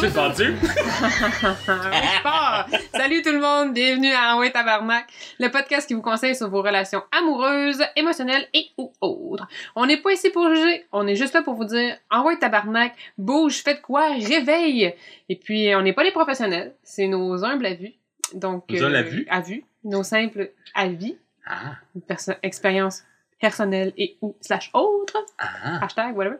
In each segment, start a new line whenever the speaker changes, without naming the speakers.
t'es pendu?
Je pars. Ah Salut tout le monde, bienvenue à Envoyer Tabarnak, le podcast qui vous conseille sur vos relations amoureuses, émotionnelles et ou autres. On n'est pas ici pour juger, on est juste là pour vous dire Envoyer Tabarnak, bouge, faites quoi, réveille. Et puis, on n'est pas les professionnels, c'est nos humbles avis. Donc,
Nos humbles avis?
avis, nos simples avis,
Ah,
perso- expérience personnelle et ou slash autre,
ah,
hashtag, whatever.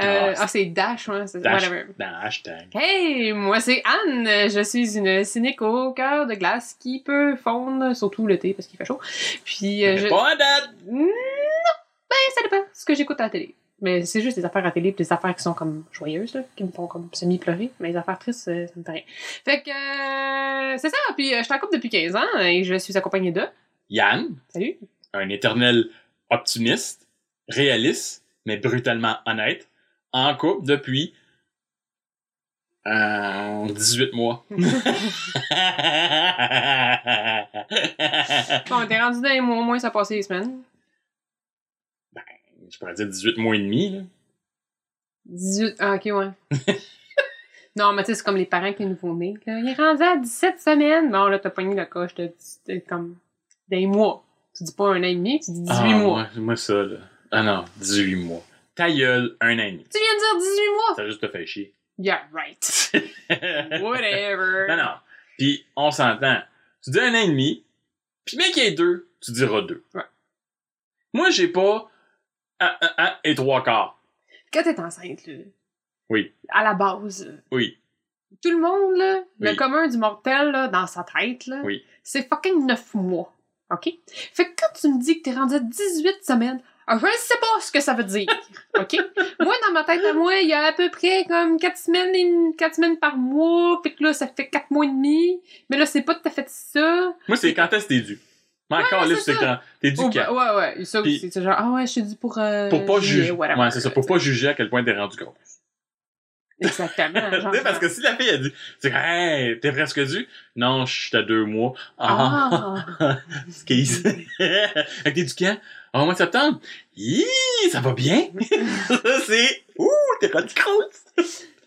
Euh,
Dash.
ah, c'est dash, ouais, c'est
Dash.
whatever.
dans hashtag.
Euh, Hey, moi c'est Anne, je suis une cynique au cœur de glace qui peut fondre, surtout l'été parce qu'il fait chaud. Puis euh, je...
Pas à date!
Non, ben ça dépend ce que j'écoute à la télé. Mais c'est juste des affaires à la télé, pis des affaires qui sont comme joyeuses, là, qui me font comme semi-pleurer. Mais les affaires tristes, euh, ça me fait rien. Fait que euh, c'est ça, puis euh, je suis en couple depuis 15 ans et je suis accompagnée de...
Yann,
Salut!
un éternel optimiste, réaliste, mais brutalement honnête, en couple depuis euh, 18 mois.
Bon, on était rendu dans les mois, au moins ça passait les semaines.
Je pourrais dire 18 mois et demi, là.
18. Ah, ok, ouais. non, mais tu sais, c'est comme les parents qui nous font nés. là. Il est rendu à 17 semaines. Bon, là, t'as pogné le coche de, de- comme des mois. Tu dis pas un an et demi, tu dis 18
Ah,
mois.
Moi, moi, ça, là. Ah non, 18 mois. Ta gueule, un an et demi.
Tu viens de dire 18 mois!
Ça juste te fait chier.
Yeah, right. Whatever.
Non, non. Puis on s'entend. Tu dis un an et demi, puis mec, il y a deux, tu diras deux.
Ouais.
Moi, j'ai pas un, un, un et trois quarts.
Quand t'es enceinte, là.
Oui.
À la base, là,
Oui.
tout le monde, là, le
Oui.
commun du mortel, là, dans sa tête, là,
Oui.
c'est fucking 9 mois. OK? Fait que quand tu me dis que t'es rendu à 18 semaines, ah, je ne sais pas ce que ça veut dire. OK? moi, dans ma tête à moi, il y a à peu près comme 4 semaines, et- quatre semaines par mois, puis que là, ça fait 4 mois et demi. Mais là, c'est pas tout à fait ça.
Moi, c'est quand est-ce que t'es dû. Mais encore,
ouais,
là,
c'est
c'est
ça.
quand t'es dû
Ou-
quand.
ouais, ouais. Ça
Puis-
aussi, c'est genre, ah ouais, je suis dû pour. euh,
Pour pas
juillet,
juger.
whatever.
Ouais, c'est ça, pour pas juger à quel point t'es rendu gros.
Exactement.
Tu
genre-
sais, parce que si la fille a dit, tu dis, hey, t'es presque dû. Non, je suis à deux mois. Ah,
Ah!
excuse. fait que t'es du quand? Au mois de septembre. Hi, ça va bien. ça, c'est, ouh, t'es rendu gros.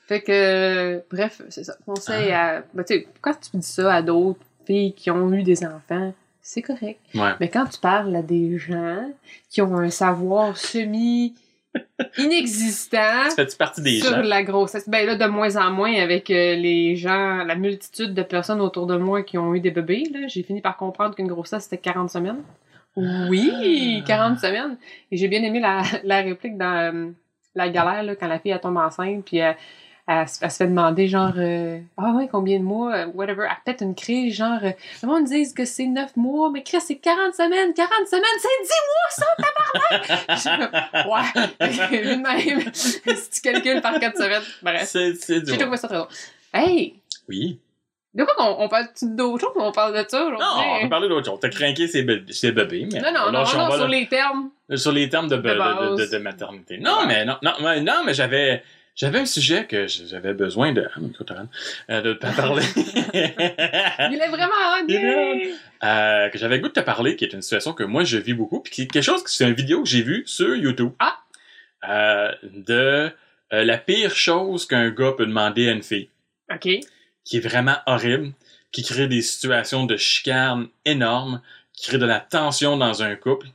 Fait que, euh, bref, c'est ça. Conseil à. Ben, tu sais, quand tu dis ça à d'autres filles qui ont eu des enfants, c'est correct.
Ouais.
Mais quand tu parles à des gens qui ont un savoir semi inexistant
Fais-tu partie des
Ah. sur
gens?
la grossesse, ben là, de moins en moins avec euh, les gens, la multitude de personnes autour de moi qui ont eu des bébés, là, j'ai fini par comprendre qu'une grossesse c'était 40 semaines. Oui,
Ah.
40 semaines. Et j'ai bien aimé la, la réplique dans euh, la galère là, quand la fille elle tombe enceinte puis elle, elle se- elle se fait demander genre euh, ah ouais combien de mois euh, whatever elle pète une crise genre euh, le monde dit que c'est 9 mois mais Chris c'est 40 semaines 40 semaines c'est 10 mois ça tabarnak ouais Une même si tu calcules par 4 semaines bref
C'est, c'est du
j'ai trouvé ça très drôle hey
Oui.
de quoi qu'on on parle d'autres choses ou on parle de ça aujourd'hui
Non, on va parler d'autre chose. T'as craqué ses, bé- ses bébés, mais.
non, non,
on
non,
lâche- on
non,
va
sur
là-
les termes.
sur les termes de, be-
De
de, de-
base.
de- de maternité. Non, mais non, non, mais, non, mais j'avais. J'avais un sujet que j- j'avais besoin de. Ah, mon micro, t'as rien. Euh, de te parler.
Il est vraiment hot,
Hein? Il est
yay!
Euh, que j'avais le goût de te parler, qui est une situation que moi je vis beaucoup, puis qui est quelque chose que c'est une vidéo que j'ai vue sur YouTube.
Ah!
Euh, de euh, la pire chose qu'un gars peut demander à une fille.
OK.
qui est vraiment horrible, qui crée des situations de chicane énormes, qui crée de la tension dans un couple.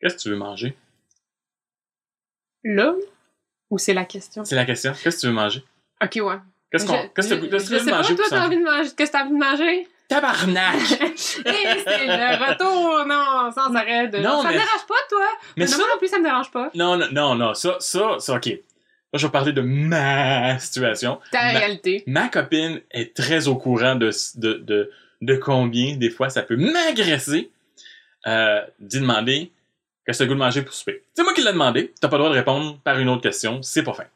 Qu'est-ce que tu veux manger?
Là, ou c'est la question?
C'est la question. Qu'est-ce que tu veux manger?
Ok, ouais.
Qu'est-ce
Je-
qu'on. Qu'est-ce que
je-
qu'est-ce que
je
tu veux
sais pas,
manger? pour
toi, t'as
ça?
envie de manger? Qu'est-ce que t'as envie de manger?
Tabarnak!
Et c'est le retour, non, sans arrêt. De...
Non,
ça
mais-
me dérange pas, toi?
Mais
non,
ça.
moi non plus, ça me dérange pas.
Non, non, non, non. Ça, ça, ça, ok. Là, je vais parler de ma situation.
Ta
Ma-
réalité.
Ma copine est très au courant de, de, de, de combien, des fois, ça peut m'agresser euh, d'y demander qu'est-ce que t'as le goût de manger pour souper. C'est moi qui l'ai demandé. T'as pas le droit de répondre par une autre question. C'est pas fin.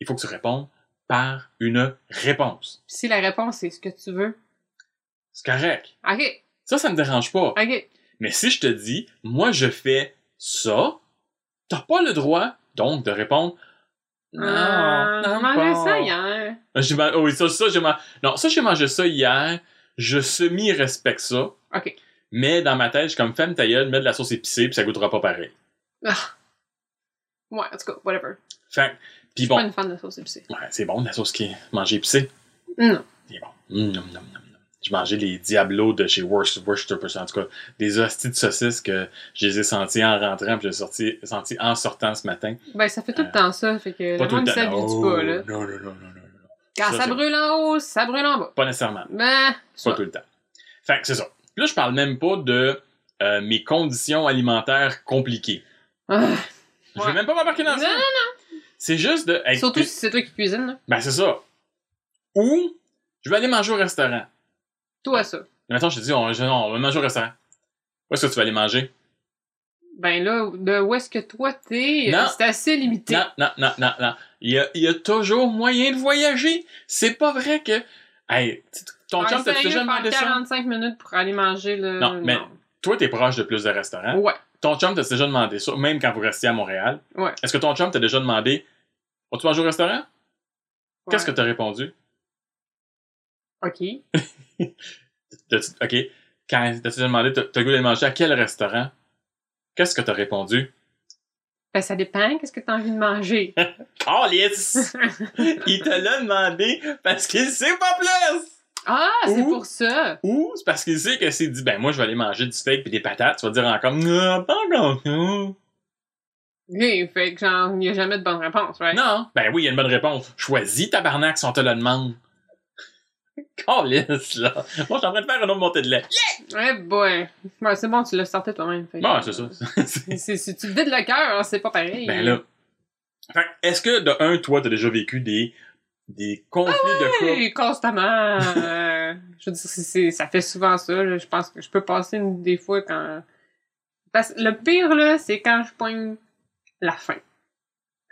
Il faut que tu répondes par une réponse.
Si la réponse c'est ce que tu veux.
C'est correct.
Ok,
Ça, ça me dérange pas.
ok.
Mais si je te dis, moi, je fais ça, t'as pas le droit, donc, de répondre non,
Ah,
non,
on mangeait
bon.
ça hier.
J'ai man- oh oui, ça, ça, j'ai man- Non, ça, j'ai mangé ça hier. Je semi-respecte ça.
Ok.
Mais dans ma tête, je suis comme, femme ta gueule, mets de la sauce épicée, puis ça goûtera pas pareil.
Ah. Ouais, en tout cas, whatever.
Fait que Puis
Je suis
bon,
pas une fan de sauce épicée.
ouais, c'est bon, la sauce qui est mangée épicée.
Non.
C'est bon. Mm, nom, nom, nom, nom. Je mangeais les Diablos de chez Worst, Worcester, en tout cas, des hosties de saucisses que je les ai sentis en rentrant, puis je les ai sortis- sentis en sortant ce matin.
Ben, ça fait
Euh,
tout le temps ça, fait que le monde ne s'habitue
Oh,
pas, là.
Non, non, non, non, non, non.
Quand
ça,
ça
c'est-
brûle en haut, ça brûle en bas.
Pas nécessairement.
Ben,
Pas
ça.
tout le temps. Fait que c'est ça. Là, je parle même pas de euh, mes conditions alimentaires compliquées.
Ah.
Je vais
Ouais.
même pas m'embarquer dans
Non,
ça.
non,
C'est juste de. hey,
Surtout
t'es-
si c'est toi qui cuisines, là.
Ben, c'est ça. Ou, je vais aller manger au restaurant.
Toi, ça.
Maintenant, je te dis, on, je- on va manger au restaurant. Où est-ce que tu vas aller manger?
Ben là, de où est-ce que toi t'es,
Non.
euh, c'est assez limité.
Non, non, non, non, non. Il y a, il y a toujours moyen de voyager. C'est pas vrai que. Hey, t- ton
En
chum, t'as
sérieux,
déjà demandé
prendre
ça?
45 minutes pour aller manger, là.
Non, mais- hein? Toi, t'es proche de plus de restaurants.
Ouais.
Ton chum, t'as déjà demandé ça, même quand vous restiez à Montréal.
Ouais.
Est-ce que ton chum t'a déjà demandé Vas-tu manger au restaurant Qu'est-ce que
ouais.
t'as répondu
Ok.
T'as-tu- Ok. Quand t'as déjà demandé T'as t'as le goût d'aller manger à quel restaurant Qu'est-ce que t'as répondu
Ben, ça dépend, qu'est-ce que t'as envie de manger.
Calice Il te l'a demandé parce qu'il sait pas plus
ah, c'est
Ou-
pour ça.
Ou c'est parce qu'il sait que s'il dit Ben moi, je vais aller manger du steak puis des patates, tu vas dire encore Non, pas encore. non.
Ok, fait que genre, il n'y a jamais de bonne réponse, right?
Non. Ben oui, il y a une bonne réponse. Choisis tabarnak si on te le demande. Calice, là. Moi, je suis en train de faire une autre montée de lait.
Eh boy. Ouais, c'est bon, tu l'as sorti toi-même. fait que-
Bon, c'est ça. C'est-
C'est- Si tu le dis de le cœur, hein, c'est pas pareil.
Ben là. Fait que, est-ce que, de un, toi, t'as déjà vécu des, des conflits de couple?
Oui, constamment. euh, je veux dire, c'est- c'est- ça fait souvent ça. là. Je pense que je peux passer une, des fois quand. Parce que le pire, là, c'est quand je poigne la faim.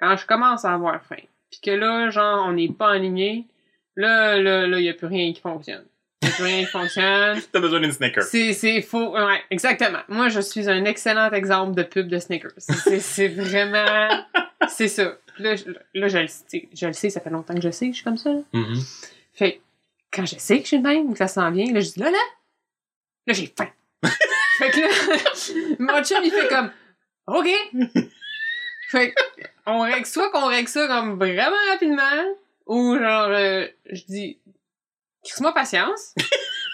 Quand je commence à avoir faim. Puis que là, genre, on n'est pas aligné. Là, là, là, il n'y a plus rien qui fonctionne. Il n'y a plus rien qui fonctionne.
T'as besoin d'une snicker.
C'est, c'est faux. Ouais, exactement. Moi, je suis un excellent exemple de pub de Snickers. C'est, c'est vraiment. C'est ça. Là, je, là, je le sais. Je le sais, ça fait longtemps que je sais que je suis comme ça. là.
Mhm.
Fait que, quand je sais que je suis de même, que ça s'en vient, là, je dis là, là, là, j'ai faim. fait que là, mon chum, il fait comme, OK. Fait que, on règle, soit qu'on règle ça comme vraiment rapidement, ou genre, euh, je dis, crise-moi patience.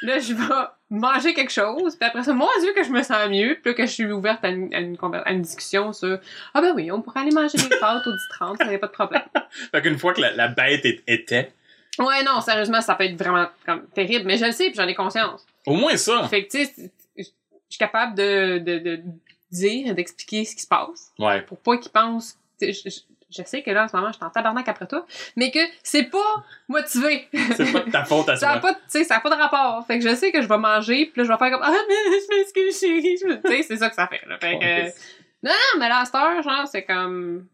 là, je vais manger quelque chose, puis après ça, mon Dieu, que je me sens mieux, puis là, que je suis ouverte à une, à une conver- à une discussion sur, ah ben oui, on pourrait aller manger des pâtes au 10-30, ça n'y a pas de problème.
Fait qu'une fois que la, la bête est- était,
Ouais, non, sérieusement, ça peut être vraiment comme, terrible, mais je le sais, puis j'en ai conscience.
au moins ça.
Fait que, tu sais, c'est- je suis capable de, de, de dire, d'expliquer ce qui se passe
Ouais.
pour pas qu'ils pensent. tu sais, Je, je- je sais que là, en ce moment, je suis en tabarnak après toi, mais que c'est pas motivé.
C'est pas de ta faute à
Ça a
toi.
pas, de- tu sais, ça a pas de rapport. Fait que je sais que je vais manger, puis là, je vais faire comme Ah, mais je m'excuse, chérie. je me- Tu sais, c'est ça que ça fait. Là. Fait que, euh, non, mais là, à cette heure, genre, c'est comme.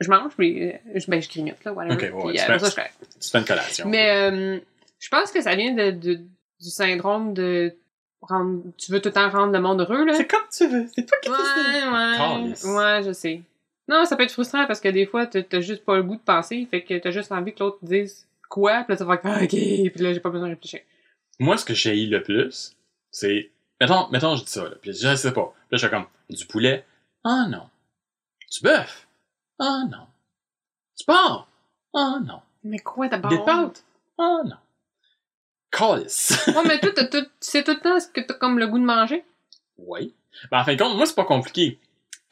Je mange, puis euh, je, ben, je grignote, là, whatever.
Ok, ouais, ouais,
Puis,
tu
euh,
fais-
après ça, je fais-
Tu fais une collation.
mais euh, je pense que ça vient de, de- du syndrome de rendre, tu veux tout le temps rendre le monde heureux, là.
C'est comme tu veux. C'est toi qui
Ouais,
décides.
hein.
Calisse.
ouais, ouais, je sais. Non, ça peut être frustrant parce que des fois, t'as t'as juste pas le goût de penser, fait que t'as juste envie que l'autre te dise quoi, puis là, ça va comme, Ah, ok, puis là, j'ai pas besoin de réfléchir.
Moi, ce que j'ai le plus, c'est. Mettons, mettons, je dis ça, là. Puis je sais pas. Puis là, je suis comme du poulet. Ah non. Du bœuf. Ah non. Du porc. Ah non.
Mais quoi d'abord?
Des pâtes. Ah non. Calice.
Ouais, mais toi, t'as tout, tu sais tout le temps ce que t'as comme le goût de manger.
Oui. Ben, en fin de compte, moi, c'est pas compliqué.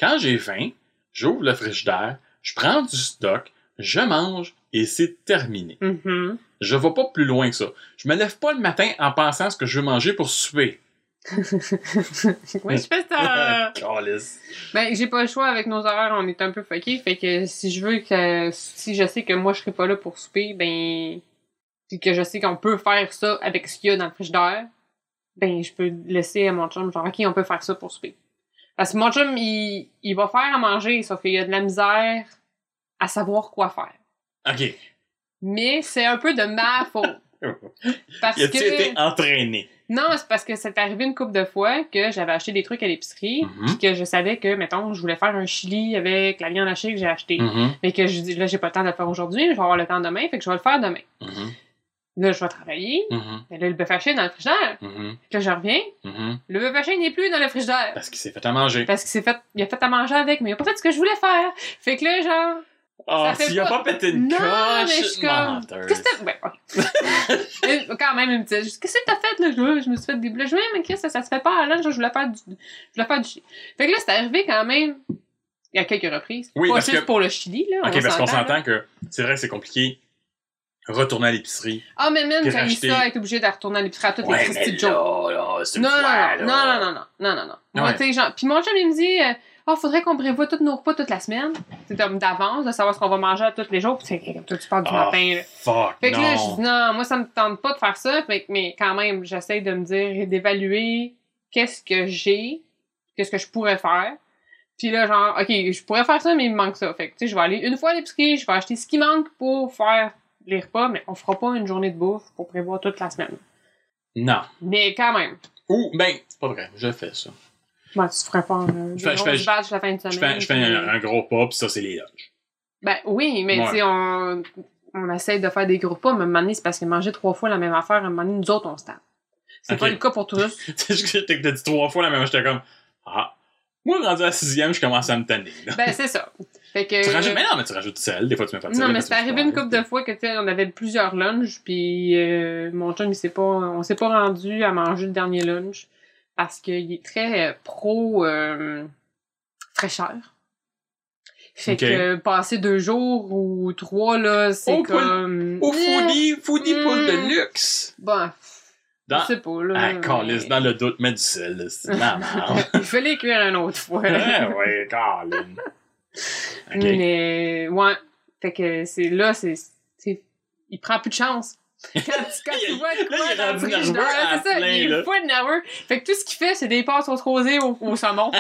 Quand j'ai faim, j'ouvre le frigidaire, je prends du stock, je mange et c'est terminé.
Mhm.
Je vais pas plus loin que ça. Je me lève pas le matin en pensant à ce que je veux manger pour souper.
ouais, je fais ça.
Calisse.
Ben, j'ai pas le choix avec nos horaires, on est un peu fuckés. Fait que si je veux que. Si je sais que moi je serai pas là pour souper, ben. Puis que je sais qu'on peut faire ça avec ce qu'il y a dans le frigidaire, ben, je peux laisser à mon chum, genre, OK, on peut faire ça pour souper. Parce que mon chum, il, il va faire à manger, sauf qu'il y a de la misère à savoir quoi faire.
OK.
Mais c'est un peu de ma faute. Parce
Y a-tu
que.
été entraîné?
Non, c'est parce que c'est arrivé une couple de fois que j'avais acheté des trucs à l'épicerie
Mhm.
que je savais que, mettons, je voulais faire un chili avec la viande hachée que j'ai achetée.
Mhm.
Mais que je dis, là, j'ai pas le temps de le faire aujourd'hui, je vais avoir le temps demain, fait que je vais le faire demain.
Mhm.
Là, je vais travailler,
Mhm.
mais là, le bœuf haché est dans le frigidaire.
Mhm.
Puis là, je reviens,
Mhm.
le bœuf haché n'est plus dans le frigidaire.
Parce qu'il s'est fait à manger.
Parce qu'il s'est fait, il a fait à manger avec, mais il a pas fait ce que je voulais faire. Fait que là, genre,
Ah,
Ça fait
tu y as
pas-
pas pété une
Non,
coche!
mais je suis comme-
Menteuse.
Qu'est-ce que t'as. Ben, ok. Une- quand même, une petite. Juste, Qu'est-ce que t'as fait, là? Je, je me suis fait des bleus. Je me dis, mais Chris, ça, ça se fait pas à l'âge. Je voulais faire du. Je voulais faire du chi. Fait que là, c'est arrivé quand même. Il y a quelques reprises.
Oui,
pas
parce
juste
que-
pour le Chili, là.
Ok, parce qu'on
là.
s'entend que c'est vrai que c'est compliqué. Retourner à l'épicerie.
Ah, mais même
Puis
quand
racheter-
il ça, être obligé de retourner à l'épicerie à toutes les
mais
petites jokes.
là, là, c'est une
Non, non,
fois,
non,
là.
non, non, non, non, non, non. Moi,
Ouais.
tu sais, genre. Puis mon chum, il me dit, euh, Ah, faudrait qu'on prévoie tous nos repas toute la semaine. C'est comme d'avance, de savoir ce qu'on va manger à tous les jours. Puis c'est- toi, tu parles du
Ah,
matin, là.
Fuck,
Fait que là, je
non.
dis non, moi, ça me tente pas de faire ça, mais, mais quand même, j'essaie de me dire, d'évaluer qu'est-ce que j'ai, qu'est-ce que je pourrais faire. Puis là, genre, OK, je pourrais faire ça, mais il me manque ça. Fait que, tu sais, je vais aller une fois à l'épicerie, je vais acheter ce qui manque pour faire les repas, mais on fera pas une journée de bouffe pour prévoir toute la semaine.
Non.
Mais quand même,
Ou, ben, c'est pas vrai, je fais ça.
moi, tu ferais pas un
Je fais- je
gros
fais-
batch la fin de semaine.
Je fais, je fais
puis-
un, un gros pas, pis ça, c'est les lunchs.
Ben oui, mais
Ouais.
tu sais, on, on essaie de faire des gros pas, mais à un moment donné, c'est parce que manger trois fois la même affaire, à un moment donné, nous autres, on se tape. C'est
Ok.
pas le cas pour tous.
Tu sais, je t'ai t'as dit trois fois la même, j'étais comme, ah. Moi, rendu à la sixième, je commence à me tanner, là.
Ben, c'est ça. Fait que.
Tu rajoutes, mais non, mais tu rajoutes du sel, des fois tu mets pas de sel.
Euh, non,
des
mais c'est
fois, tu mets
arrivé
pas
une couple de fois que, tu sais, on avait plusieurs lunchs, puis euh, mon chum, il s'est pas, on s'est pas rendu à manger le dernier lunch parce qu'il est très euh, pro euh, fraîcheur. Fait
Ok.
que passer deux jours ou trois, là, c'est
Oh, poule-
comme.
Au foodie, foodie
Mm.
poule de luxe!
Bon,
Dans,
je sais pas, là.
ah,
mais-
câlisse, dans le doute, mets du sel, là, c'est maman.
il fallait cuire une autre fois. là.
ouais, Eh ouais, Colin. Ok.
Mm. Mais ouais, fait que c'est là, c'est, c'est- il prend plus de chance. Quand, tu- quand tu vois de
Là,
quoi
il est
dans le
rendu
frigidaire,
nerveux à
c'est ça,
plein,
il
là.
est pas nerveux. Fait que tout ce qu'il fait, c'est des passes au rosées au, au saumon.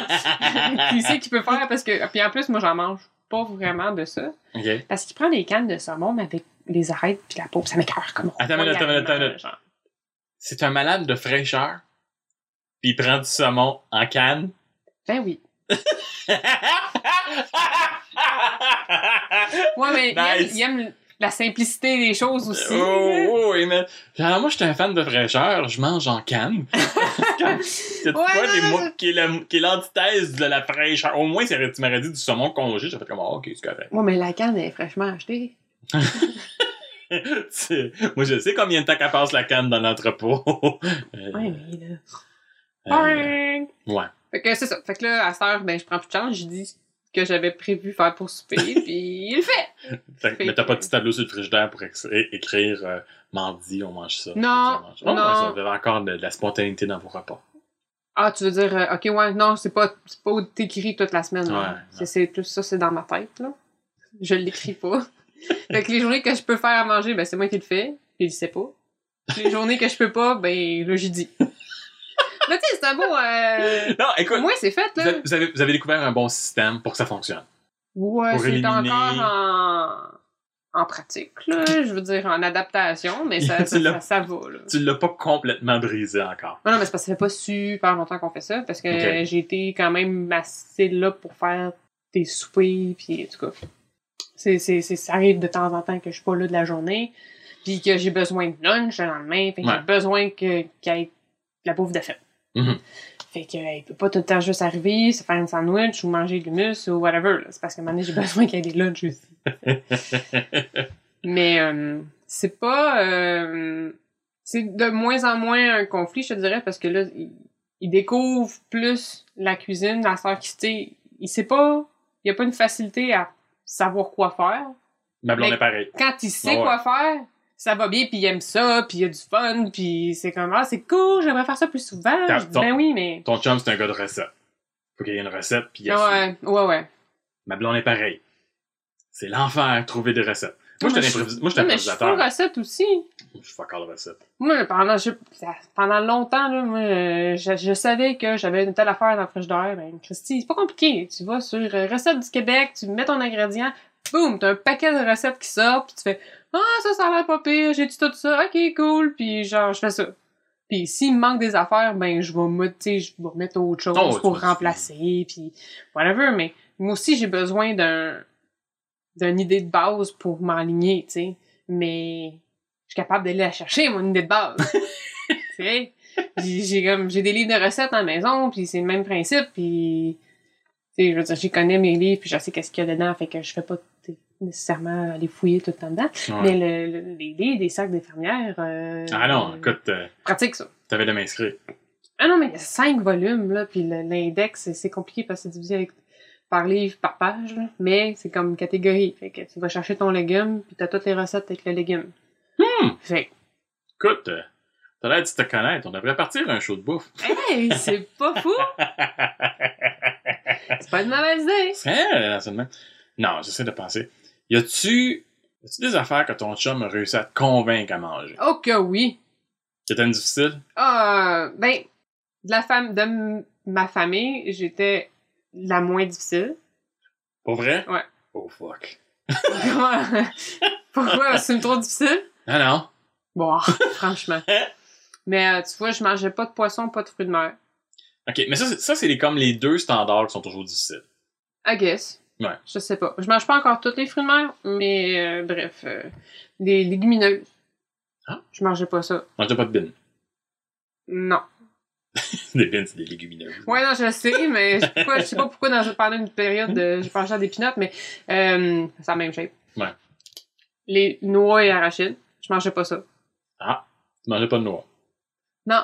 il sait qu'il peut faire parce que puis en plus moi j'en mange pas vraiment de ça
Ok.
parce qu'il prend des cannes de saumon mais avec les arêtes puis la peau, ça m'écœure comme
Attends une minute, attends une minute, attends une minute.
Genre.
C'est un malade de fraîcheur, puis il prend du saumon en canne.
Ben oui.
oh,
Ouais, mais il aime-
Nice.
il, aime, la simplicité des choses aussi.
oh, oui, mais. Alors, moi, je suis un fan de fraîcheur, je mange en canne. C'est
Ouais,
quoi
non,
les
non,
mots qui est la- qui est l'antithèse de la fraîcheur? Au moins, c'est- tu m'aurais dit du saumon congé, j'aurais fait comme, Ah, ok, c'est correct.
Ouais, mais la canne elle est fraîchement achetée.
Tu sais, moi, je sais combien de temps qu'elle passe la canne dans l'entrepôt. Euh,
Ouais, mais là.
euh,
Boing!
ouais.
Fait que c'est ça. Fait que là, à cette heure, ben, je prends plus de chance. Je dis que j'avais prévu faire pour souper, puis il le fait.
Fait que- mais t'as pas de petit tableau sur le frigidaire pour ex- é- écrire euh, mardi, on mange ça.
Non,
mercredi, on mange ça. Oh,
non.
ouais, ça avait encore de, de la spontanéité dans vos repas.
Ah, tu veux dire, euh, OK, ouais, non, c'est pas, c'est pas écrit toute la semaine. là.
Ouais,
C'est- c'est tout ça, c'est dans ma tête, là. Je l'écris pas. fait que les journées que je peux faire à manger, ben, c'est moi qui le fais, puis il le sait pas. Puis Les journées que je peux pas, ben, là, j'y dis. Mais tu sais, c'est un beau. euh,
Non, écoute,
Moi, c'est fait,
vous,
là.
avez, vous avez- vous avez découvert un bon système pour que ça fonctionne.
Ouais,
Pour
c'est
éliminer-
encore en... en pratique, là. Je veux dire, en adaptation, mais ça,
Tu
ça,
l'as-
ça, ça va, là.
Tu l'as pas complètement brisé encore.
Ah, Non, non, mais c'est parce que ça fait pas super longtemps qu'on fait ça, parce que
Ok.
euh, j'ai été quand même assez là pour faire des soupers, puis en tout cas, c'est, c'est, c'est, ça arrive de temps en temps que je suis pas là de la journée, puis que j'ai besoin de lunch le lendemain, fait que
Ouais.
j'ai besoin que, qu'il y ait de la bouffe de fête.
Mhm.
Fait que, euh, il peut pas tout le temps juste arriver, se faire un sandwich ou manger de l'humus ou whatever. là. C'est parce qu'à un moment donné, j'ai besoin qu'il y ait des lunchs aussi. Mais euh, c'est pas. euh, c'est de moins en moins un conflit, je te dirais, parce que là, il, il découvre plus la cuisine, la sœur qui sait. Il sait pas. Il y a pas une facilité à savoir quoi faire.
Ma blonde
Mais-
est pareille.
Quand il sait
Ah ouais.
quoi faire, ça va bien, puis il aime ça, puis il y a du fun, puis c'est comme Ah, c'est cool, j'aimerais faire ça plus souvent.
T'as-
Je dis, ben oui, mais.
Ton chum, c'est un gars de recette. Faut qu'il y ait une recette, puis il y a
Ah
ça.
ouais, ouais, ouais.
Ma blonde est pareille. C'est l'enfer, trouver des recettes. Moi,
Non,
j'étais
mais je-
improvis- moi, j'étais
Non, mais je suis full
improvisateur.
recette aussi.
Je suis encore de recettes.
Moi, pendant, je- pendant longtemps, là, moi, euh, je, je savais que j'avais une telle affaire dans le frigidaire. Ben, Christy, c'est pas compliqué. Tu vas sur euh, Recettes du Québec, tu mets ton ingrédient, boum, t'as un paquet de recettes qui sort, puis tu fais Ah, ça, ça a l'air pas pire, j'ai tout ça, ok, cool, puis genre, je fais ça. Puis s'il me manque des affaires, ben, je vais me, tu sais, je vais mettre autre chose
Oh, tu
pour
vas-
remplacer, puis whatever, mais moi aussi, j'ai besoin d'un d'une idée de base pour m'aligner, tu sais. Mais je suis capable d'aller la chercher, mon idée de base. tu sais? J'ai j'ai comme j'ai des livres de recettes à la maison, puis c'est le même principe, puis tu sais, je veux dire, j'y connais mes livres, puis je sais qu'est-ce qu'il y a dedans, fait que je fais pas tu sais, nécessairement aller fouiller tout le temps dedans.
Ouais.
Mais le- le- les lits des sacs d'infirmières. euh,
Ah non,
euh,
écoute, euh,
Pratique ça.
t'avais de m'inscrire.
Ah non, mais il y a cinq volumes, là, puis le- l'index, c'est- c'est compliqué parce que c'est divisé avec- par livre, par page, là. mais c'est comme catégorie. Fait que tu vas chercher ton légume, puis t'as toutes les recettes avec le légume.
Hmm.
Fait
Écoute, euh, t'as l'air de te connaître. On devrait partir à un show de bouffe.
que, hey, c'est pas fou! c'est pas une mauvaise idée!
Hein, le lancement? Non, j'essaie de penser. Y a-tu y a-tu des affaires que ton chum a réussi à te convaincre à manger?
Oh que oui!
Qui étaient difficiles?
Ah, ben, de la femme, de m- ma famille, j'étais la moins difficile.
Pour vrai?
Ouais.
Oh fuck.
Comment? Pourquoi? C'est trop difficile?
Ah non?
Bon, franchement. Mais euh, tu vois, je mangeais pas de poisson, pas de fruits de mer.
Ok, mais ça, c'est- ça c'est les- comme les deux standards qui sont toujours difficiles.
I guess.
Ouais.
Je sais pas. Je mange pas encore tous les fruits de mer, mais euh, bref, euh, les légumineuses.
Ah.
Je mangeais pas ça.
Mange pas de bines.
Non.
Des bines, c'est des légumineuses.
Ouais, non, je sais, mais je sais pas, je sais pas pourquoi dans, pendant une période, de, je pensais à des pinottes, mais euh, c'est la même shape.
Ouais.
Les noix et arachides, je mangeais pas ça.
Tu mangeais pas de noix.
Non,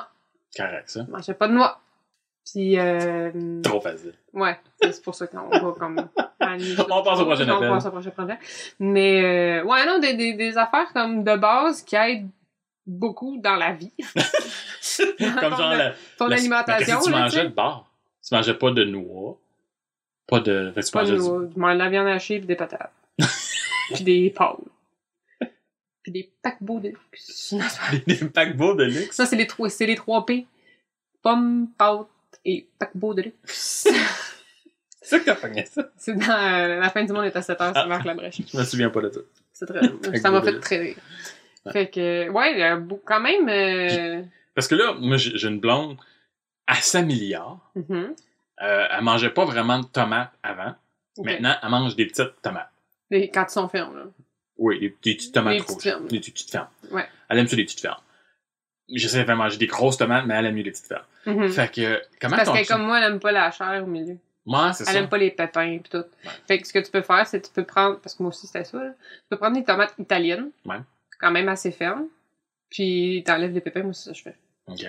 Correct, ça.
je mangeais pas de noix. Puis, euh,
Trop facile.
Ouais, c'est c'est pour ça qu'on va comme. aller sur-
On passe au prochain
on
appel.
passe au prochain projet. Mais, euh, ouais, non, des, des, des affaires comme de base qui aident beaucoup dans la vie.
comme genre la,
Ton
la-
alimentation,
qu'est-ce que tu
là, tu
mangeais
sais.
de bord. Tu mangeais pas de noix. Pas de. Fait que tu
Pas
mangeais
de
du-
noix, je mange de la viande hachée pis des patates. puis des pâtes. Puis des paquebots de luxe. Non, c'est pas-
des, des paquebots de luxe.
Ça, c'est les, trois- c'est les trois P. Pommes, pâtes et paquebots de luxe.
C'est ça que t'as pogné ça.
c'est dans euh, La fin du monde est à 7 heures, c'est Marc Labrèche.
Je me souviens pas de ça.
C'est très, ça m'a fait très rire. Fait que, ouais, il y a beau- quand même. euh,
Parce que là, moi, j'ai j'ai une blonde à 5 milliards.
mhm.
Euh, elle mangeait pas vraiment de tomates avant.
Ok.
Maintenant, elle mange des petites tomates.
Les- Quand ils sont fermes, là.
Oui, des, des petites tomates
Des petites
rouges.
fermes.
Des petites fermes.
Ouais.
Elle aime ça, des petites fermes. J'essaie de faire manger des grosses tomates, mais elle aime mieux les petites fermes.
Mhm.
Fait que, comment
Parce
ton
que,
chum-
comme moi, elle aime pas la chair au milieu.
Moi, c'est
Elle
ça.
aime pas les pépins pis tout. Fait que ce que tu peux faire, c'est que tu peux prendre, parce que moi aussi c'était ça, là. tu peux prendre des tomates italiennes,
Ouais.
quand même assez fermes, puis t'enlèves les pépins, moi c'est ça que je fais.
OK.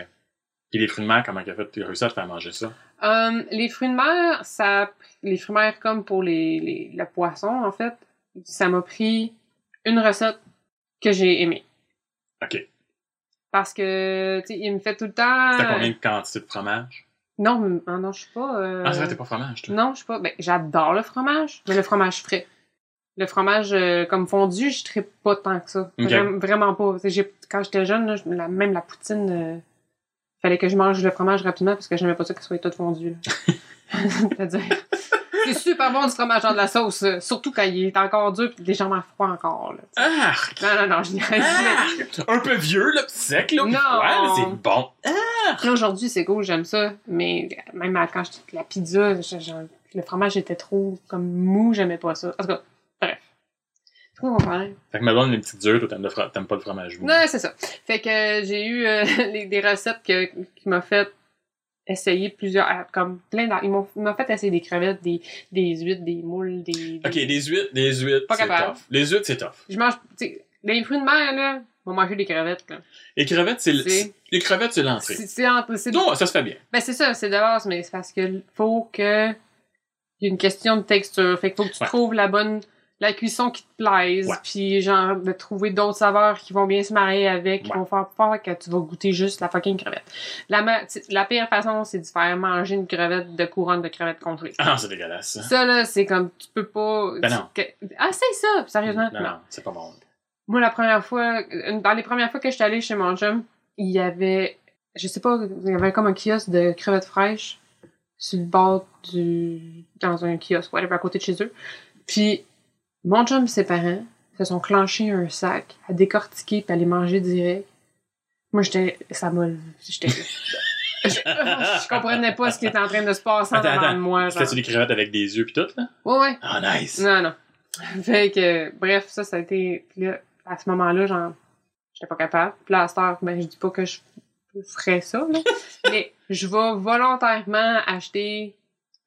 Puis les fruits de mer, comment qu'elle a fait? Tu as réussi à te faire manger ça?
Hum, les fruits de mer, ça a pris- les fruits de mer comme pour les, les- le poisson, en fait, ça m'a pris une recette que j'ai aimée.
OK.
Parce que, tu sais, il me fait tout le temps.
T'as combien de quantité de fromage?
Non, mais- ah non, je suis pas. euh,
Ah, c'est vrai, t'es pas fromage, toi.
Non, je suis pas. Ben, j'adore le fromage, mais le fromage frais. Le fromage euh, comme fondu, je tripe pas tant que ça.
Ok.
Vra- vraiment pas. Tu sais, j'ai- Quand j'étais jeune, là, je- la- même la poutine, euh, fallait que je mange le fromage rapidement parce que j'aimais pas ça qu'il soit tout fondu. là. C'est-à-dire, c'est super bon du fromage dans de la sauce, euh, surtout quand il est encore dur et légèrement froid encore. là.
Ah!
Non, non, non, je n'y
Ah! Un peu vieux, là, pis sec, là. pis
Non.
froid, là, c'est bon.
Là, aujourd'hui, c'est cool, j'aime ça. Mais même à- quand j'étais la pizza, je- je- le fromage était trop comme mou, j'aimais pas ça. En tout cas, bref. C'est quoi mon problème?
Fait que ma blonde, elle est une petite dure, toi, t'aimes le fra- t'aimes pas le fromage mou.
Non, c'est ça. Fait que euh, j'ai eu euh, les- des recettes que, qui m'a fait essayer plusieurs. ah, Comme plein d'en- Ils m'ont ils m'ont fait essayer des crevettes, des, des huîtres, des moules, des. des-
Ok, les huîtres, les huîtres,
Pas
c'est
capable.
tough. Les huîtres, c'est tough.
Je mange. tu sais, les fruits de mer, là, on manger des crevettes, là.
Les crevettes, c'est le-
C'est-
c'est- les crevettes, c'est l'entrée.
C'est c'est entre- c'est-
Non, ça se fait bien.
Ben c'est ça, c'est de base, mais c'est parce que faut que il y a une question de texture. Fait qu'il faut que tu
Ouais.
trouves la bonne la cuisson qui te plaise,
Ouais.
puis genre de trouver d'autres saveurs qui vont bien se marier avec, qui
Ouais.
vont faire peur que tu vas goûter juste la fucking crevette. La, ma- t'sais, la pire façon, c'est de faire manger une crevette de couronne de crevette congelée.
Ah non, c'est dégueulasse. ça.
Ça là, c'est comme tu peux pas.
Ben non.
tu- que- Ah c'est ça, sérieusement.
Non, non, c'est pas bon.
Moi, la première fois, une- dans les premières fois que j'étais allée chez mon chum, il y avait, je sais pas, il y avait comme un kiosque de crevettes fraîches sur le bord du. dans un kiosque, whatever, à côté de chez eux. Puis, mon chum et ses parents se sont clenchés un sac à décortiquer puis à les manger direct. Moi, j'étais. ça m'a. j'étais. je, je comprenais pas ce qui était en train de se passer en
Attends,
avant
attends.
de moi. genre.
C'était-tu des crevettes avec des yeux pis tout, là?
Ouais, ouais.
Ah, nice.
Non, non. Fait que, euh, bref, ça, ça a été. puis là, à ce moment-là, genre, j'étais pas capable. Puis là, à cette heure, ben, je dis pas que je ferais ça, là. mais je vais volontairement acheter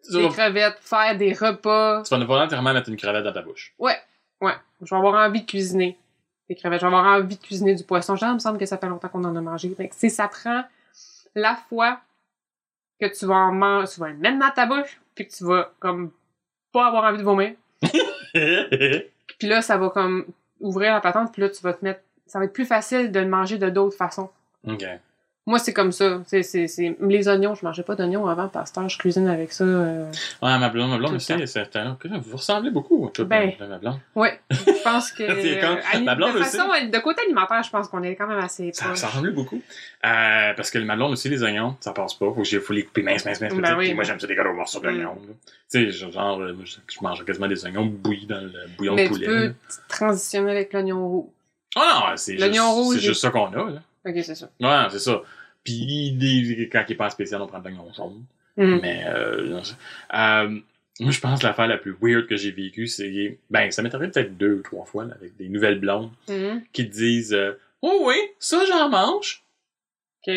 Tu
des
vas,
crevettes, faire des repas.
tu vas volontairement mettre une crevette dans ta bouche.
Ouais. Ouais, je vais avoir envie de cuisiner des crevettes. Je vais avoir envie de cuisiner du poisson. Genre, il me semble que ça fait longtemps qu'on en a mangé. Fait que, tu sais, ça prend la fois que tu vas en manger, tu vas le mettre dans ta bouche, puis que tu vas comme pas avoir envie de vomir. Puis là, ça va comme ouvrir la patente, puis là, tu vas te mettre. Ça va être plus facile de le manger de d'autres façons.
OK.
Moi, c'est comme ça. C'est, c'est, c'est... Les oignons, je mangeais pas d'oignons avant, pasteur, je cuisine avec ça. euh,
Ah, ma blonde, ma
Tout
blonde
le
aussi, c'est un- que Vous ressemblez beaucoup, toi,
Ben.
ma- ma blonde.
Ouais, je pense que.
C'est comme-
euh, ali-
ma blonde
de façon, de côté alimentaire, je pense qu'on est quand même assez.
Ça
proche.
ça ressemblait beaucoup. Euh, parce que le mablon aussi, les oignons, ça passe pas. Faut, que j'ai- faut les couper mince, mince, mince.
Ben
petit.
oui. Mm.
Puis moi, j'aime ça des gros morceaux d'oignons. là. Tu sais, genre, euh, moi, je, je mange quasiment des oignons bouillis dans le bouillon
Mais
de
Ben, tu
poulet.
peux
là.
transitionner avec l'oignon roux.
Ah non, c'est
L'oignon
juste,
rouge,
c'est
j'ai-
juste ça qu'on a. Là.
Ok, c'est ça.
Ouais, non, c'est ça. Puis des- quand il n'est pas en spécial, on prend de l'oignon jaune.
Mhm.
Mais euh, non, c'est- euh, moi, je pense que l'affaire la plus weird que j'ai vécue, c'est. Ben, ça m'est arrivé peut-être deux ou trois fois là, avec des nouvelles blondes
Mhm.
qui te disent euh, Oh oui, ça, j'en mange.
Ok.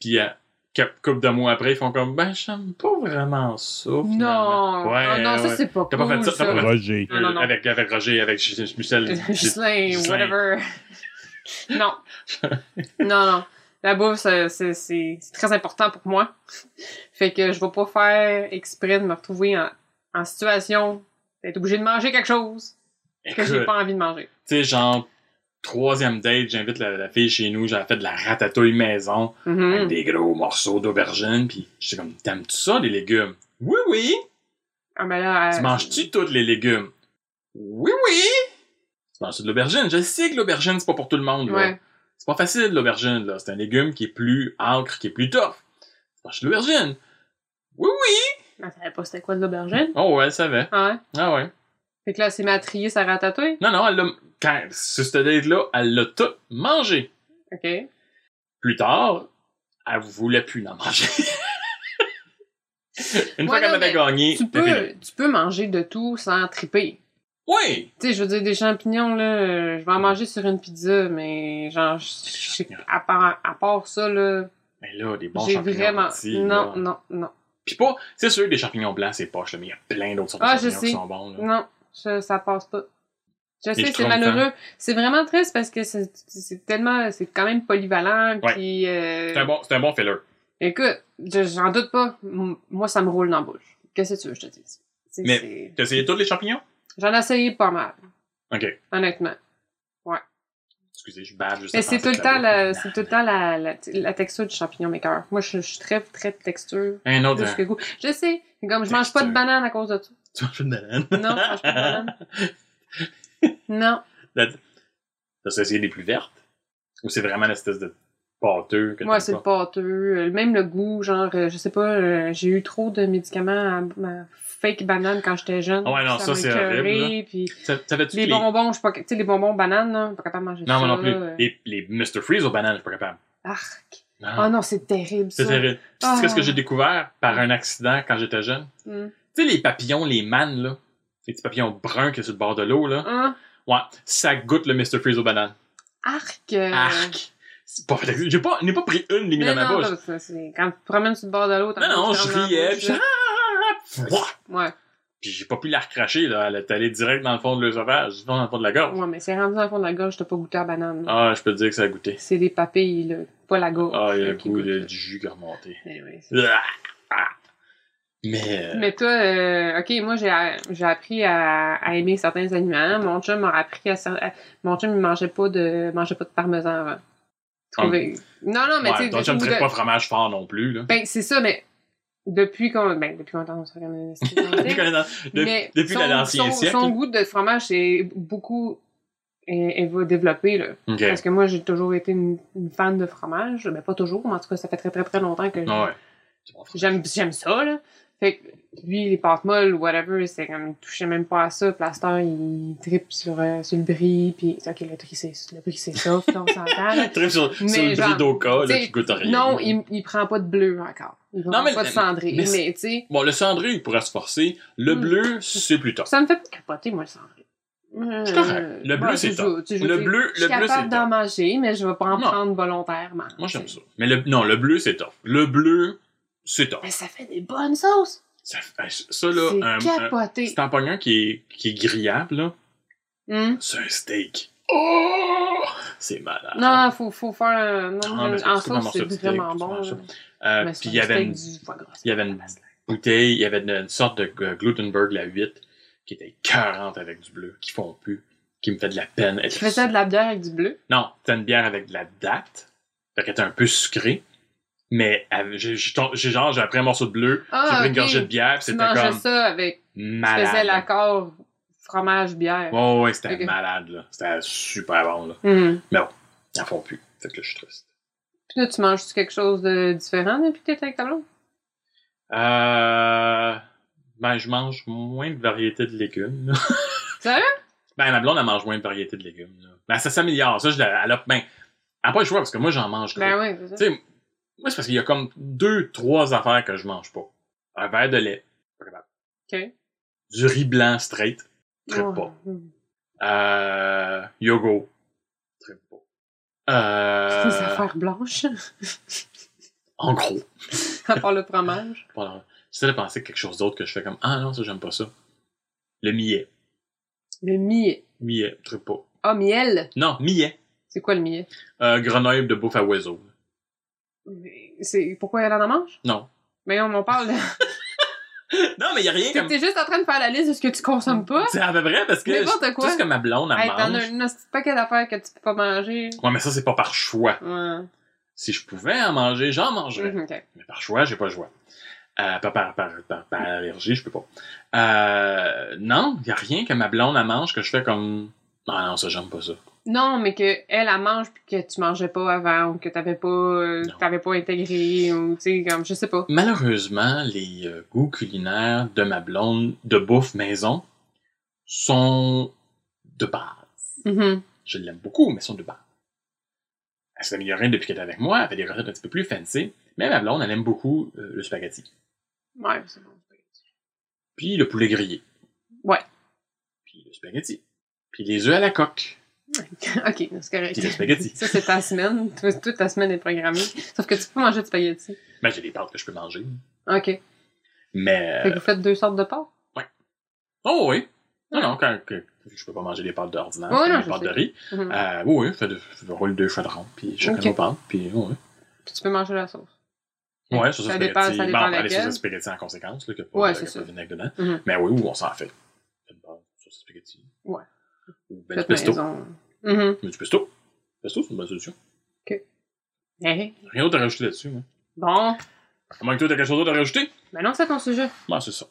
Puis, euh, cap- couple de mois après, ils font comme, ben, j'aime pas vraiment ça. finalement.
Non.
Ouais,
Ah non, ça,
ouais.
c'est pas
T'as
cool.
pas fait ça, t'as pas
Roger.
Non, non, non.
Avec, avec Roger, avec Ch- Ch- Michel.
Ghislain,
Ghislain.
whatever. non. non, non. La bouffe, ça, c'est c'est- c'est très important pour moi. fait que je vais pas faire exprès de me retrouver en, en situation d'être obligé de manger quelque chose que j'ai
Écoute,
pas envie de manger.
tu sais, genre, troisième date, j'invite la, la fille chez nous, j'ai fait de la ratatouille maison,
Mhm.
avec des gros morceaux d'aubergine, puis j'étais comme, t'aimes-tu ça, les légumes? Oui, oui!
Ah, mais là,
Tu
euh,
manges-tu tous les légumes? Oui, oui! Tu manges de l'aubergine? Je sais que l'aubergine, c'est pas pour tout le monde, là.
Ouais.
C'est pas facile, l'aubergine, là. C'est un légume qui est plus ancre, qui est plus tough. Tu manges de l'aubergine? Oui, oui!
Elle savait pas c'était quoi de l'aubergine.
Oh, ouais, elle savait.
Ah ouais.
Ah ouais.
Fait que là, c'est ma trier sa ratatouille.
Non, non, elle l'a... Quand, sur cette date-là, elle l'a tout mangé.
OK. Elle
Plus tard, elle voulait plus en manger. Une fois
Ouais,
qu'elle
non,
avait
mais
gagné,
Tu peux, tu peux manger de tout sans triper.
Oui!
Tu sais, je veux dire, des champignons, là, euh, je vais en manger sur une pizza, mais genre, je- je sais- à part, à part ça, là,
Mais là, des bons
j'ai
champignons
vraiment...
petits,
non,
là.
non, non,
Puis pas... C'est sûr que des champignons blancs, c'est poche, là, mais il y a plein d'autres sortes
Ah,
de
je
champignons qui
sais.
sont bons, là.
non, ça, ça passe pas. Je sais,
je
c'est
trompe,
malheureux. C'est vraiment triste parce que c'est c'est tellement... C'est quand même polyvalent,
Ouais.
puis... euh,
C'est un bon, c'est un bon filler.
Écoute, je- j'en doute pas. M- Moi, ça me roule dans la bouche. Qu'est-ce que tu veux que je te dise? C'est-
Mais-
c'est-
T'as essayé tous les champignons?
J'en ai essayé pas mal,
Ok.
honnêtement.
Excusez, je bave juste
Mais
à
c'est
penser
tout le
que
temps,
bouffe,
la,
mais-
c'est tout le temps la, la, la texture du champignon maker. Moi, je, je suis très, très texture.
Un autre.
Plus
hein.
que goût. Je sais, mais comme je mange pas de
Texture.
banane à cause de ça.
Tu manges une banane.
Non, je mange pas de banane. Non.
T'as essayé les plus vertes? Ou c'est vraiment l'espèce de pâteux que
Moi,
t'aimes
c'est le
pas?
pâteux. Euh, Même le goût, genre, euh, je sais pas, euh, j'ai eu trop de médicaments à ma fake banane quand j'étais jeune.
Ah ouais, non, ça,
m'a
c'est
écoeurée,
horrible,
Puis
Ça- Savais-tu que
les
les...
bonbons, je suis pas, tu sais, les bonbons bananes, là, je suis pas capable de manger ça.
Non, moi non plus.
là. euh,
Les, les Mr. Freeze aux bananes, je suis pas capable.
Arc.
Non.
Oh non, c'est terrible, ça.
c'est terrible. Puis Tu sais
Ah.
ce que j'ai découvert par un accident quand j'étais jeune?
Mm.
Tu sais, les papillons, les mannes, là. Les petits papillons bruns qui sont sur le bord de l'eau, là.
Hein?
Ouais, ça goûte le Mr. Freeze aux bananes.
Arc. euh,
Arc! C'est pas fait. J'ai pas, n'ai pas pris une ligne
Mais
dans ma
non,
bouche.
non, c'est- c'est- Quand tu te promènes sur le bord de l'eau, t'as
Non, non, je riais, puis je- Fouah!
Ouais,
Puis j'ai pas pu la recracher, là. Elle est allée direct dans le fond de l'œsophage, dans le fond de la gorge.
ouais, mais c'est rendu dans le fond de la gorge, t'as pas goûté à la banane. là.
Ah, je peux te dire que ça a goûté.
C'est des papilles, là, pas la gorge.
Ah, il y a
là,
le
qui
goût
goûtent,
il y a
là.
du jus qui a remonté.
Anyway, c'est-
Ah, ah. Mais, euh,
Mais toi, euh, ok, moi j'ai j'ai appris à, à aimer certains aliments. Mon chum m'a appris à, cer- à- mon chum il mangeait pas de mangeait pas de parmesan avant. Trouvait- Non non mais
Ah, ouais,
tu
donc
sais
je ne traite
de-
pas fromage fort non plus, là.
ben c'est ça mais depuis qu'on ben depuis longtemps on se regarde
Depuis qu'on est dans- de-
Mais
depuis
son-
la- l'ancien
son-
siècle.
Son goût de fromage c'est beaucoup et, va développer là.
Ok.
Parce que moi, j'ai toujours été une, une fan de fromage. Mais pas toujours, mais en tout cas, ça fait très, très, très longtemps que
Ah ouais.
j'aime j'aime ça, là. Fait que lui, les pâtes molles, whatever, c'est comme, il touchait même pas à ça. Plaster, il tripe sur, euh, sur le brie, puis OK, le brie, c'est le brie, c'est ça, puis on s'entend. là.
Trip sur, sur
Mais
le
genre,
bris d'Oka, là,
t'sais,
qui goûte à rien.
Non, il, il prend pas de bleu encore. Il prend
Non, mais-
pas de cendré.
mais-
Mais, tu sais,
Bon, le cendré, il pourrait se forcer. Le
Mm.
bleu, c'est plus tard.
ça me fait pas capoter, moi, le cendré. Euh,
C'est correct. Le bleu,
ouais,
c'est
je-
top.
tu sais, je
Le
veux dire,
bleu-
je suis
le bleu,
capable
c'est
d'en
top.
manger, mais je vais pas en
Non.
prendre volontairement.
Moi, j'aime ça. Mais le, non, le bleu, c'est tough. Le bleu, c'est tough.
Mais ça fait des bonnes sauces.
Ça, ça, là, euh,
C'est
un- un-
capoté.
C'est en pognant qui est, qui est grillable, là.
Hum.
C'est un steak. Oh! C'est malade.
Non, faut, faut faire un. Non,
Ah, mais c'est
en
parce que tu prends un
sauce,
morceau de
c'est
steak,
vraiment
tu prends
bon.
ça.
là.
Euh,
Mais c'est
puis
un
il y avait
steak
une
du foie gras,
il y avait une- bouteille, il y avait une, une sorte de euh, Glutenberg, la 8, qui était 40 avec du bleu, qui font plus, qui me fait de la peine. Elle
Tu
était
faisais de la bière avec du bleu.
non, c'était une bière avec de la date. Fait qu'elle était un peu sucrée. Mais elle- j'ai j'ai ton- j'ai genre, j'ai pris un morceau de bleu,
Ah,
j'ai pris une
ok.
gorgée de bière, puis
Tu
c'était
mangeais
comme
ça avec. Tu
malade.
faisais l'accord fromage-bière.
Ouais, ouais, c'était
Ok.
malade, là. C'était super bon, là.
Hum.
Ils en font plus. Fait que là, je suis triste.
Puis là, tu manges quelque chose de différent depuis que t'étais avec ta blonde?
Euh. Ben, je mange moins de variétés de légumes, là.
Sérieux?
Ben, ma blonde, elle mange moins de variétés de légumes, là. Ben, ça s'améliore. Ça, je la, elle a, ben, elle a pas le choix, parce que moi, j'en mange gros.
Ben oui, c'est ça.
Tu sais, moi, c'est parce qu'il y a comme deux, trois affaires que je mange pas. Un verre de lait. Pas capable.
Ok. Oh.
Du riz blanc straight. Très
Ouais.
pas. Euh, yogourt. Très pas.
Des
Euh,
affaires blanches,
en gros.
à part le fromage.
Voilà. J'essaie de penser à quelque chose d'autre que je fais comme, ah non, ça, j'aime pas ça. Le millet.
Le millet.
Millet. Très pas.
Ah, miel!
Non, millet.
C'est quoi le millet?
Euh, Grenoble de bouffe à oiseau.
C'est... Pourquoi elle en mange?
Non.
Mais on en parle. de-
Non, mais y a rien
T'es
comme.
t'es juste en train de faire la liste de ce que tu consommes pas.
C'est à peu près parce que.
N'importe
je-
quoi.
Tout ce que ma blonde, elle
Hey, t'en as
mange.
un petit paquet d'affaires que tu peux pas manger.
Ouais, mais ça, c'est pas par choix.
Ouais.
Si je pouvais en manger, j'en mangerais.
Mhm, ok.
Mais par choix, j'ai pas le choix. Euh, pas par, par, par, par allergie, je peux pas. Euh, non, il a rien que ma blonde elle mange que je fais comme. Ah non, ça, j'aime pas ça.
Non, mais que elle, elle mange puis que tu mangeais pas avant ou que t'avais pas, euh,
Non.
t'avais pas intégré ou tu sais comme je sais pas.
Malheureusement, les euh, goûts culinaires de ma blonde de bouffe maison sont de base.
Mhm.
Je l'aime beaucoup, mais sont de base. Elle s'est améliorée depuis qu'elle est avec moi, elle fait des recettes un petit peu plus fancy, mais ma blonde, elle aime beaucoup euh, le spaghetti.
Ouais, c'est bon.
Puis le poulet grillé.
Ouais.
Puis le spaghetti. Puis les œufs à la coque.
ok, c'est correct.
Puis le spaghetti.
Ça, c'est ta semaine. Toi, Toute ta semaine est programmée. Sauf que tu peux manger du spaghetti.
Ben, j'ai des pâtes que je peux manger.
OK. Fait
Mais.
que
Euh,
vous faites deux sortes de pâtes.
Oh oui! Non, non, quand que- je peux pas manger des pâtes d'ordinaire,
Ouais,
je fais
non,
des
je
pâtes de
sais.
riz.
Mhm.
Euh, oui, oui, je, fais de- je roule deux fois de rond, puis chacun
Ok.
nos pâtes, puis oui.
Puis tu peux manger la sauce.
Ouais, sur
Ça
ça
dépend- ça dépend
les
laquelle.
sauces spaghetti en conséquence, là, que pas,
Ouais,
euh,
c'est
que
ça.
pas de vinaigre dedans.
Mhm.
Mais oui, oui, on s'en fait. Une bonne sauce spaghetti.
Ouais.
Ou ben du
Faites
pesto.
maison. Mhm.
Mais du pesto. Pesto, c'est une bonne solution.
Hey.
Rien d'autre à rajouter là-dessus, moi.
Eh Bon.
À moins que toi, t'as quelque chose d'autre à rajouter?
Ben non, c'est ton sujet.
Ouais, c'est ça.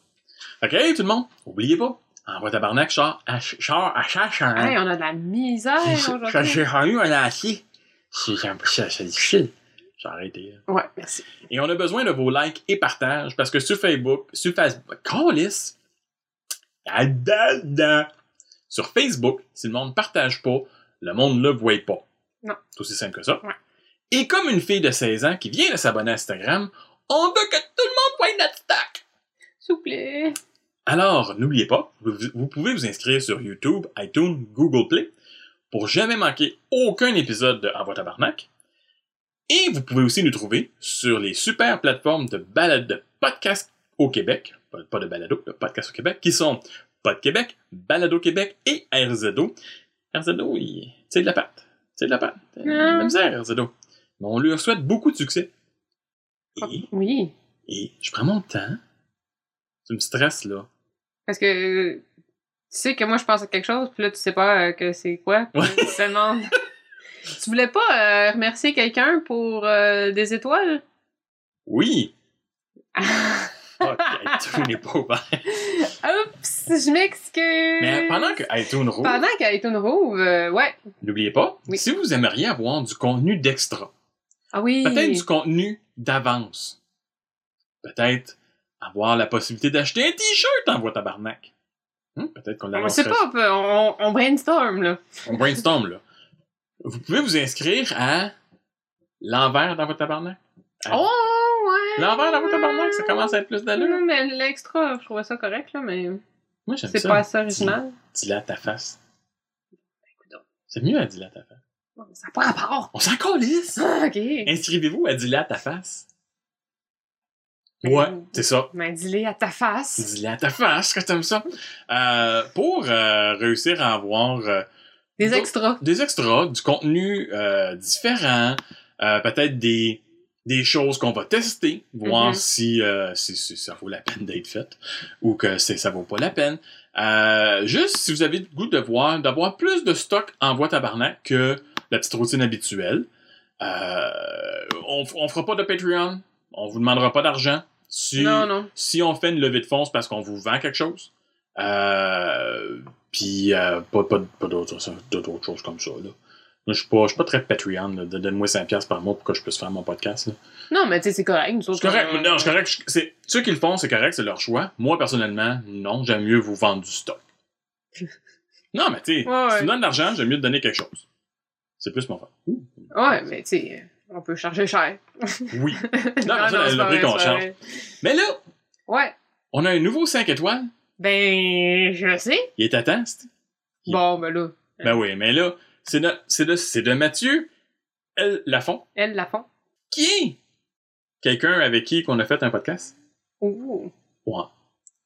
Fait que, hey, tout le monde, oubliez pas, envoie tabarnak, char à ch- char hein? à chacun.
Hey, on a de la misère
Ça
aujourd'hui.
j'ai rendu un acier. C'est ça, c'est difficile. J'ai arrêté. là.
Ouais, merci.
Et on a besoin de vos likes et partages parce que sur Facebook, sur Facebook, Callis, dadada. sur Facebook, si le monde partage pas, le monde ne le voit pas.
Non.
C'est aussi simple que ça.
Ouais.
Et comme une fille de 16 ans qui vient de s'abonner à Instagram, on veut que tout le monde voie notre stack.
S'il vous plaît.
Alors, n'oubliez pas, vous, vous pouvez vous inscrire sur YouTube, iTunes, Google Play pour jamais manquer aucun épisode de Envoi Tabarnak. Et vous pouvez aussi nous trouver sur les super plateformes de balade de podcasts au Québec, pas- pas de balado, de podcasts au Québec, qui sont Pod Québec, Balado Québec et RZO. RZO, il- c'est de la pâte. C'est de la pâte. Euh, de la misère, RZO. Mais on leur souhaite beaucoup de succès. Et,
Oui.
et je prends mon temps. Tu me stresses, là.
Parce que euh, tu sais que moi je pense à quelque chose, puis là tu sais pas euh, que c'est quoi. puis
Ouais.
Tu te demandes. tu voulais pas euh, remercier quelqu'un pour euh, des étoiles?
Oui, Ok, iTunes n'est pas ouvert.
Oups, je m'excuse.
Mais pendant que iTunes roule,
Pendant qu'Ayton Rouve, euh, ouais.
n'oubliez pas,
Oui.
si vous aimeriez avoir du contenu d'extra,
Ah oui.
peut-être du contenu d'avance, peut-être avoir la possibilité d'acheter un t-shirt en voie tabarnak. Hum, peut-être qu'on
On
l'annoncerait.
sait pas, on, on brainstorm, là.
On brainstorm, là. Vous pouvez vous inscrire à l'envers dans votre tabarnak. Ah.
Oh, ouais.
L'envers dans votre tabarnak, ça commence à être plus d'allure.
Non, mais l'extra, je trouvais ça correct, là, mais
Moi, j'aime
c'est
ça.
pas assez original.
Dilate ta face.
coudonc.
C'est mieux à dilate ta face.
Bon, Ça n'a pas rapport.
On s'en calisse!
Ah, ok.
Inscrivez-vous à Dilate ta face. Ouais, c'est ça.
Mais dis-les à ta face.
Dis-le à ta face que t'aimes ça. Euh, pour euh, réussir à avoir euh,
Des
Bon.
extras.
des extras, du contenu euh, différent, euh, peut-être des, des choses qu'on va tester, voir
Mhm.
si, euh, si, si ça vaut la peine d'être fait ou que c'est- ça vaut pas la peine. Euh, juste si vous avez le goût de voir, d'avoir plus de stock en voie tabarnak que la petite routine habituelle. Euh, on, on fera pas de Patreon, on vous demandera pas d'argent. Si-
Non, non.
si on fait une levée de fonds, c'est parce qu'on vous vend quelque chose. Euh, puis euh, pas, pas, pas d'autres ça, d'autres choses comme ça. Là. Moi, Je suis pas, je suis pas très Patreon. là. Donne-moi 5$ par mois pour que je puisse faire mon podcast. là.
Non, mais tu sais, c'est correct. nous
C'est
autres,
correct.
on-
Non, c'est correct. Je- c'est- Ceux qui le font, c'est correct, c'est leur choix. Moi, personnellement, non, j'aime mieux vous vendre du stock. non, mais tu sais,
Ouais,
si
ouais.
tu me donnes de l'argent, j'aime mieux te donner quelque chose. C'est plus mon fun.
Ouais, mais tu sais, on peut charger cher.
Oui. Non, mais ça, le
c'est pas
prix
vrai,
qu'on
c'est pas vrai.
mais là,
Ouais.
on a un nouveau 5 étoiles.
Ben, je sais.
Il est à temps, c'est- Il-
Bon, ben là,
Ben oui, mais là, c'est de, c'est de, c'est de Mathieu L. Lafont,
elle la font.
qui est quelqu'un avec qui qu'on a fait un podcast,
Ouh.
ouais.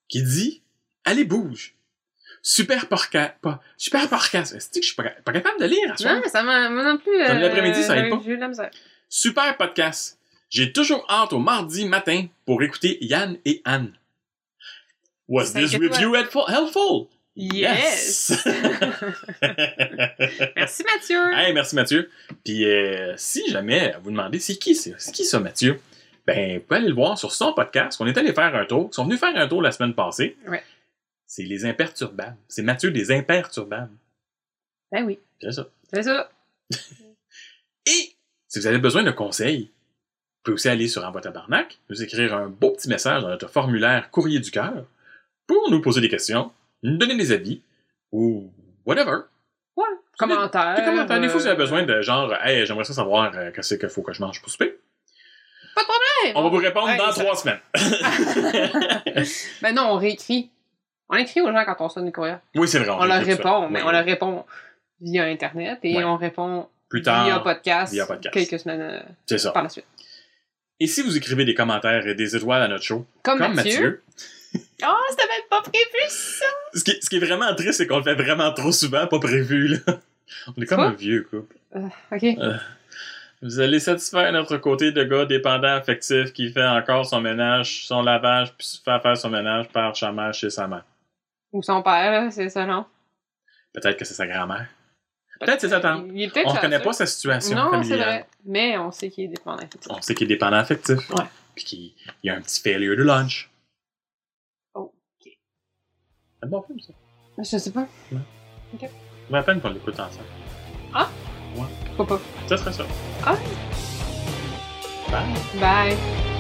qui dit « Allez, bouge! » Super porca... Pas, super podcast. cest que je suis pas, pas capable de lire à ce
Non,
moment?
mais ça m'a moi non plus.
Comme l'après-midi, ça aide
j'avais-
pas.
J'ai eu de la misère.
Super podcast. J'ai toujours hâte au mardi matin pour écouter Yann et Anne. Was
Cinq
this
étoiles.
review helpful? helpful?
Yes! Merci Mathieu!
Hey, merci Mathieu. Puis euh, si jamais vous demandez c'est qui c'est c'est qui ça Mathieu, ben vous pouvez aller le voir sur son podcast. On est allé faire un tour. Ils sont venus faire un tour la semaine passée.
Ouais.
C'est les imperturbables. C'est Mathieu des imperturbables.
Ben oui,
C'est ça.
c'est ça.
Et si vous avez besoin de conseils, vous pouvez aussi aller sur Envoi Tabarnak, nous écrire un beau petit message dans notre formulaire courrier du cœur pour nous poser des questions, nous donner des avis ou whatever.
Ouais, commentaire.
Des commentaires. Des fois, si vous avez
euh,
besoin de genre, hey, j'aimerais ça savoir euh, qu'est-ce qu'il faut que je mange pour souper.
hey,
On va vous
bon.
répondre
Ouais,
dans
ça-
trois semaines.
Ben non, on réécrit. On écrit aux gens quand on sonne une courrier.
Oui, c'est vrai.
On leur
réécoute ça.
répond, mais
Oui,
on leur répond via Internet et
Ouais.
on répond
Plus tard,
via, podcast
via podcast.
quelques semaines euh,
c'est ça.
par la suite.
Et si vous écrivez des commentaires et des étoiles à notre show,
Comme,
comme
Mathieu.
Mathieu,
Oh, c'était même pas prévu ça!
ce, qui, ce qui est vraiment triste, c'est qu'on le fait vraiment trop souvent, pas prévu. Là. On est comme
Quoi?
un vieux couple.
Ok.
Vous allez satisfaire notre côté de gars dépendant affectif qui fait encore son ménage, son lavage, puis se fait faire son ménage par sa mère chez sa mère.
Ou son père, là, c'est ça, non?
Peut-être que c'est sa grand-mère. Peut-être c'est sa tante.
Il est peut-être
On ne connaît
chanceux.
pas sa situation
Non, c'est
familiale.
vrai. Mais on sait qu'il est dépendant.
on sait qu'il est dépendant affectif.
Ouais.
Puis qu'il il y a un petit failure de lunch.
Oh, ok.
C'est un bon film, ça.
Je sais pas.
Ça vaut la peine qu'on l'écoute ensemble.
Pourquoi pas.
Ça serait ça.
Ah.
Bye.
Bye!